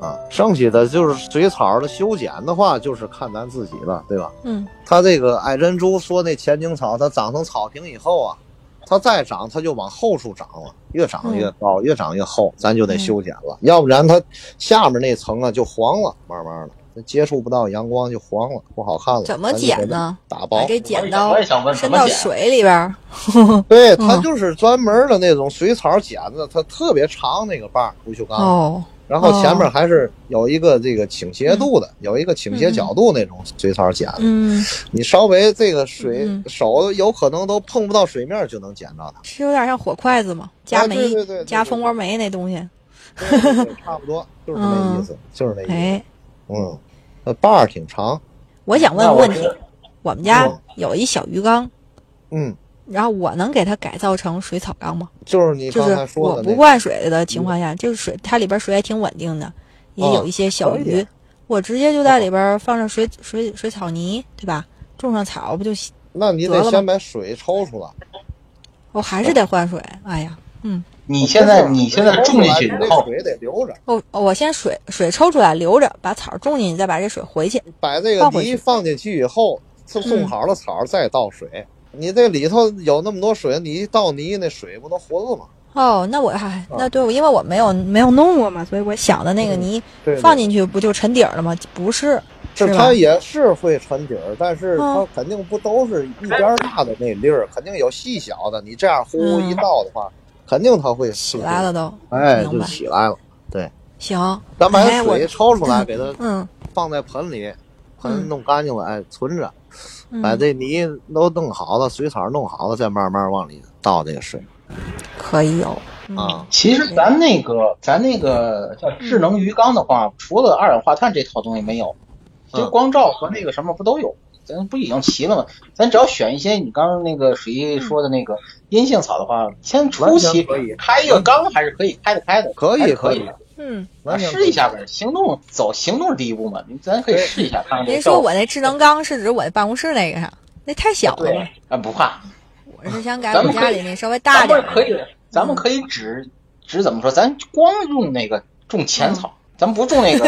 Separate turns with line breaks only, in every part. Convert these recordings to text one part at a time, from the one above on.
啊，剩下的就是水草的修剪的话，就是看咱自己了，对吧？
嗯，
它这个矮珍珠说那前茎草，它长成草坪以后啊，它再长它就往后处长了，越长越高，越长越厚，咱
嗯
就得修剪了，要不然它下面那层啊就黄了，慢慢的。它接触不到阳光就黄了，不好看了。
怎么剪呢？
打包
把这剪刀
我也想问怎
伸
么
到
剪，
水里边儿。
对，
嗯
它就是专门的那种水草剪子，它特别长那个把儿，不锈钢的。
哦，
然后前面还是有一个这个倾斜度的，有一个倾斜角度那种水草剪子，
嗯，
啊你稍微这个水、
嗯
手有可能都碰不到水面就能捡到 它，
是有点像火筷子嘛，加
啊
煤、
对对对对
加
对
蜂窝煤那东西。
对对对差不多就是那意思，就是那意思，
哎，
嗯，那把儿挺长，
我想问
那
个
我
问题
是，
我们家
嗯
有一小鱼缸，
嗯，
然后我能给它改造成水草缸吗？
就是你
就
刚
是
才说
我
的那
不
个，嗯
灌水的情况下，就是水它里边水还挺稳定的，也有一些小
啊可以
鱼，我直接就在里边放上水水水草泥，对吧？种上草不就行？
那你
得
得
了吗
先把水抽出来，
我还是得换水。哎呀，
你现在
不是
你现在种进去
你
以
这
后，
水得留着，
哦，我先水水抽出来留着，把草种进去，再把这水回去。
把这个
放回去嗯
泥放进去以后，种种好了草儿再倒水。你这里头有那么多水，你一倒泥，那水不都浑了吗？
哦，那我哎，
啊
那对，我因为我没有没有弄过嘛，所以我想的那个泥
嗯对对
放进去不就沉底儿了吗？不是，
是
是吧
它也是会沉底儿，但是它
嗯
肯定不都是一边儿大的那粒儿，肯定有细小的。你这样呼呼
嗯
一倒的话，肯定它会
起来了，都。
哎，
明
就
白
起来了。
行，
咱把
哎我
水抽出来，给它
嗯
放在盆里，盆
嗯
弄干净了，哎，存着，
嗯，
把这泥都弄好了，水草弄好了，再慢慢往里倒这个水
可以有嗯
啊。
其实咱那个咱那个叫智能鱼缸的话，除了二氧化碳这套东西没有，
嗯
就光照和那个什么不都有？咱不已经齐了吗？咱只要选一些你刚刚那个水一说的那个阴性草的话，先初期
完全可以
开一个缸还是可以开得开的，
可以
还是可
可以
的
嗯，
完全
试一下呗，行动走行动是第一步嘛，咱可以试一下看看这
您
效
说
果。
我那智能缸是指我办公室那个啥？那太小了
对
吧？，
啊不怕，
我是想改
咱
我
们可
家
以
里那稍微大点儿的。
咱们可以，咱们可以只只怎么说？咱光用那个种浅草，
嗯
咱不种 那个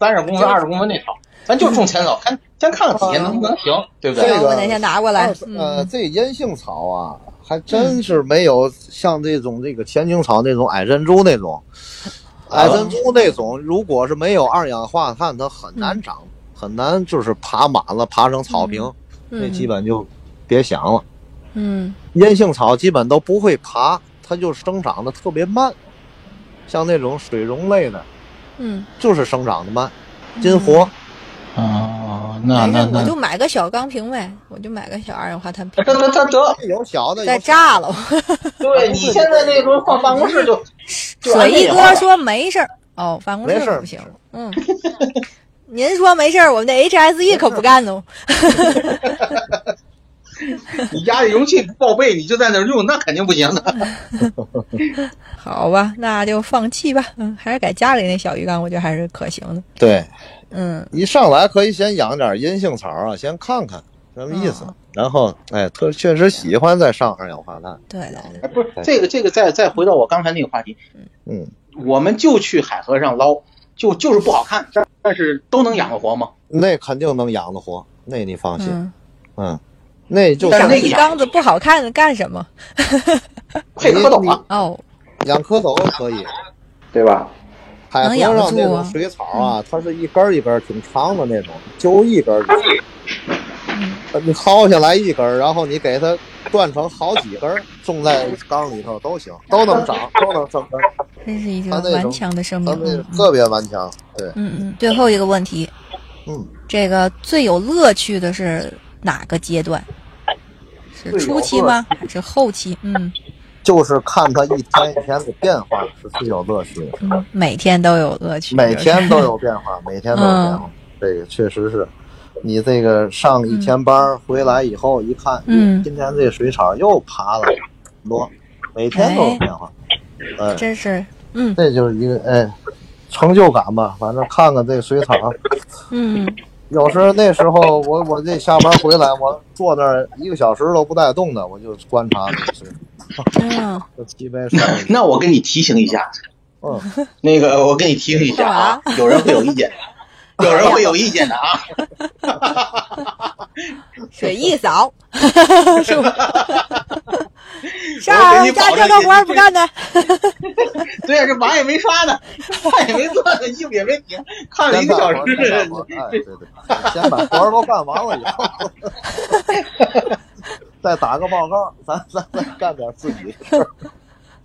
三十公分、二十公分那草，咱就种浅草，
嗯
看先看看底下能不能行，对不对
这？
行
个
我哪天拿过来
二。呃，
嗯，
这烟杏草啊，还真是没有像这种这个前茎草那种矮珍珠那种，
嗯
矮珍珠那种，如果是没有二氧化碳，它很难长，
嗯
很难就是爬满了，爬成草坪，那基
本
本就别想了。
嗯
烟杏草基本都不会爬，它就生长的特别慢，像那种水溶类的，
嗯，
就是生长的慢，金活。
哦，
啊
没事，哎我就买个小钢瓶呗，我就买个小二氧化碳瓶，
得得得得，
有小的，
再
有小的
炸了。
对你现在那个放办公室就就
水
按这
一
个
哥说没事儿，哦，办公
没事
室
儿
不行。嗯，您说没事儿，我们那 HSE E 可不干呢。
你压着容器不报备，你就在那儿用，那肯定不行 的。
好吧，那就放弃吧。嗯，还是改家里那小鱼缸，我觉得还是可行的。
对，
嗯，
一上来可以先养点阴性草啊，先看看什么意思，
嗯
然后哎，特确实喜欢再上二氧化碳。
对的。
哎不是这个这个，再再回到我刚才那个话题，
嗯，
我们就去海河上捞，就就是不好看，但但是都能养得活吗？
那肯定能养得活，那你放心。
嗯，
嗯，那就
但是
长
那个
一
养
缸子不好看干什么？哎
配蝌蚪啊，
哦，
养蝌蚪可以。
对吧？
海河
能养得
上
住
那
啊
种水草啊，它是一根儿一根儿挺长的那种，揪一根儿一根儿，
嗯
呃你薅下来一根儿，然后你给它断成好几根儿，种在缸里头都行，都能长，都能生根儿，
真是一个
它那
顽
种
强的生命
它。那
嗯
特别顽强。对，
嗯嗯。最后一个问题，
嗯。
这个最有乐趣的是哪个阶段？是初期吗？还是后期？嗯
就是看它一天一天的变化是最有乐趣的，
嗯每天都有乐趣，
每天都有变化，每天都有变化，这个确实是。你这个上一天班儿回来以后一看，
嗯
今天这水草又爬了很多，每天都有变化，哎，
真是，嗯
这就是一个哎成就感吧。反正看看这水草，
嗯，
有时候那时候我我这下班回来，我坐那儿一个小时都不带动的，我就观察这水草，
嗯，
就七杯水草，
那我跟你提醒一下，
嗯，
那个我跟你提醒一下啊，有人会有 意见，有人会有意见的啊。
水一扫， 是吧？上
我给你
干
保
这
证
个
一
活儿不干的，
对啊，这碗也没刷 呢，饭也没做呢，衣服也没停， 看了一
先
个
干
小
活儿，先干
时。
嗯
活儿，哎，对对，先把活儿都干完了以后， 再打个报告，咱咱再干点自 己的事儿。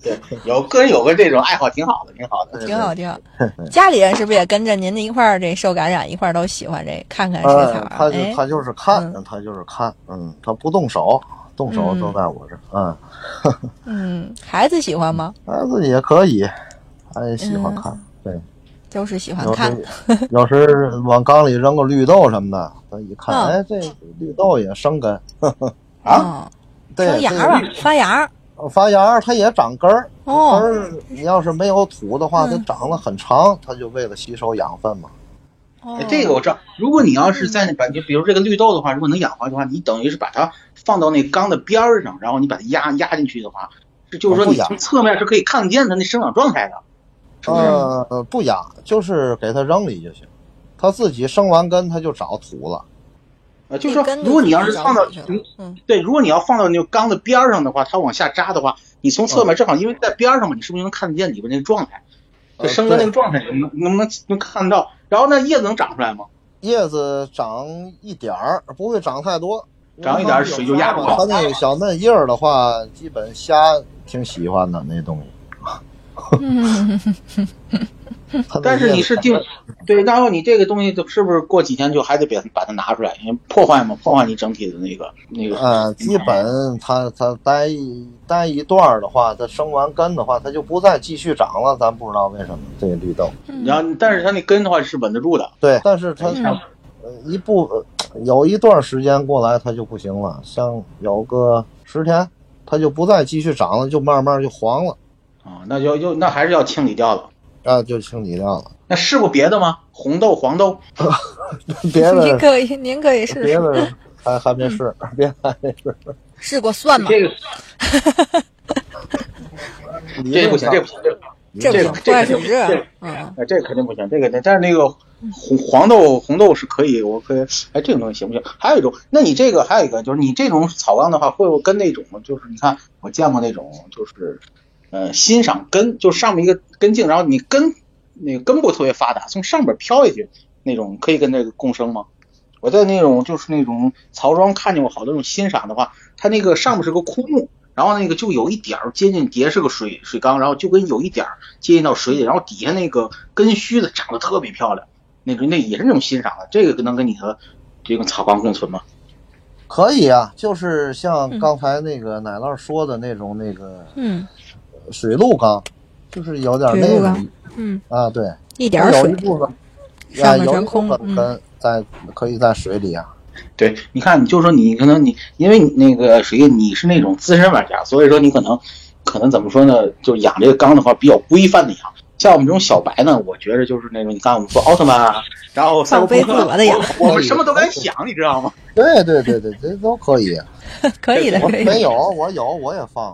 对，有个人有个这种爱好挺好的，挺好的。
挺好挺 好。家里人是不是也跟着您一块儿这受感染，一块儿都喜欢这看看水
哎
草？，
呃
他就
哎，
他就是看
嗯，
他就是看，嗯，他不动手，动手
嗯
都在我这儿，嗯，
嗯，孩子喜欢吗？
他自己也可以，他也喜欢看，对，
都是喜欢
有
嗯看，
时有时往缸里扔个绿豆什么的，他一看，
嗯
哎，这绿豆也生根，
啊，
嗯，
对
生，
这
芽
个
了
绿，
发芽儿，啊
发芽儿它也长根儿，
哦
哎
根儿你要是没有土的话，它
嗯
长了很长，它就为了吸收养分嘛。
哦
这个我知道。如果你要是在把就比如这个绿豆的话，如果能养活的话，你等于是把它放到那缸的边儿上，然后你把它压压进去的话，这就是说
不
你
养
从侧面是可以看见它那生长状态的，是不是？
呃，不养，就是给它扔里就行，它自己生完根它就找土了。
呃，就是说
一根，就
如果你要是
自己
放到
长出去
嗯
了嗯
对，如果你要放到那个缸的边儿上的话，它往下扎的话，你从侧面正好，因为在边儿上嘛，你是不是能看得见里边那个状态？就
呃
生根那个
对
状态，能能不能能看到？然后那叶子能长出来吗？
叶子长一点儿，不会长太多，
长一点儿水就压不
它
好
那个小嫩叶儿的话，基本虾挺喜欢的那东西。
嗯，
它那
但是
叶
你
子
是定，对，然后你这个东西就是不是过几天就还得把把它拿出来，因为破坏嘛，破坏你整体的那个那个。
呃，基本它它待一待一段儿的话，它生完根的话，它就不再继续长了。咱不知道为什么这个绿豆，
然后，但是它那根的话是稳得住的。
对，但是它、
嗯
呃一不呃有一段时间过来，它就不行了，像有个十天，它就不再继续长了，就慢慢就黄了，
啊，那就就那还是要清理掉的。
啊，就清理掉 了。
那试过别的吗？红豆、黄豆，
别
您
的
可以，您可以试
别
试。
的还还没试，别的还没试，
试过蒜吗？
这个
嗯
梨
这不行，这不行，这不行。
这不
这
行，
个
不
这
爱
个
水质
这个。
嗯，
哎，这个肯定不行，这个但是那个红黄豆红豆是可以，我可以哎，这种东西行不行？还有一种，那你这个还有一个就是你这种草缸的话，会不会跟那种就是你看我见过那种就是呃欣赏根，就上面一个根茎，然后你根那个根部特别发达，从上面飘下去那种，可以跟这个共生吗？我在那种就是那种曹庄看见过好多那种欣赏的话，它那个上面是个枯木，然后那个就有一点儿接近底下是个水水缸，然后就跟有一点儿接近到水里，然后底下那个根须子长得特别漂亮，那个那也是那种欣赏的，这个能跟你和这个草缸共存吗？
可以啊，就是像刚才那个奶酪说的那种那个
嗯
水陆缸，就是有点那
水
种
陆缸
嗯，
啊，对，
一点儿
有
水
一，部分
上
啊，
面
有
全
一部
空
分
嗯
跟在可以在水里啊，
对，你看，你就说你可能你因为你那个谁，你是那种资深玩家，所以说你可能可能怎么说呢？就养这个缸的话比较规范的养。像我们这种小白呢，我觉着就是那种，你看我们说奥特曼啊，然后赛博朋克
放飞自我的养
我我们什么都敢想，你知道吗？
对对对对，这都可以。
可以的，
我
可以的。
没有，我有，我也放。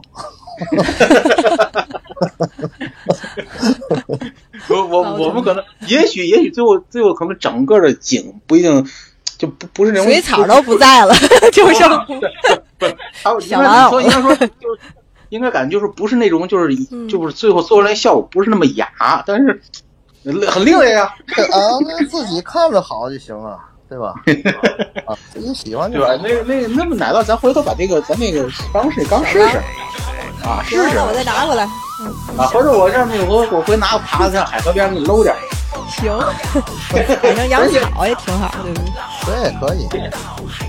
我我我们可能，也许也许最后最后可能整个的景不一定就不不是那种
水草都不在了，就剩
哦
还啊有应
小玩
该
偶
说应该说就是应该感觉就是不是那种就是
嗯
就是最后做出来效果不是那么雅，但是很另类啊。
这 啊，那自己看着好就行了，对 吧？啊，自己喜欢就
对吧？
行。
那个那个，那么奶酪，咱回头把这个咱那个方式刚试试啊，试试
那我再拿回来。
啊，回头我让那个我我回拿个耙子上海河边给你搂点儿。
行，反正养草也挺好，对不对？
对，可以。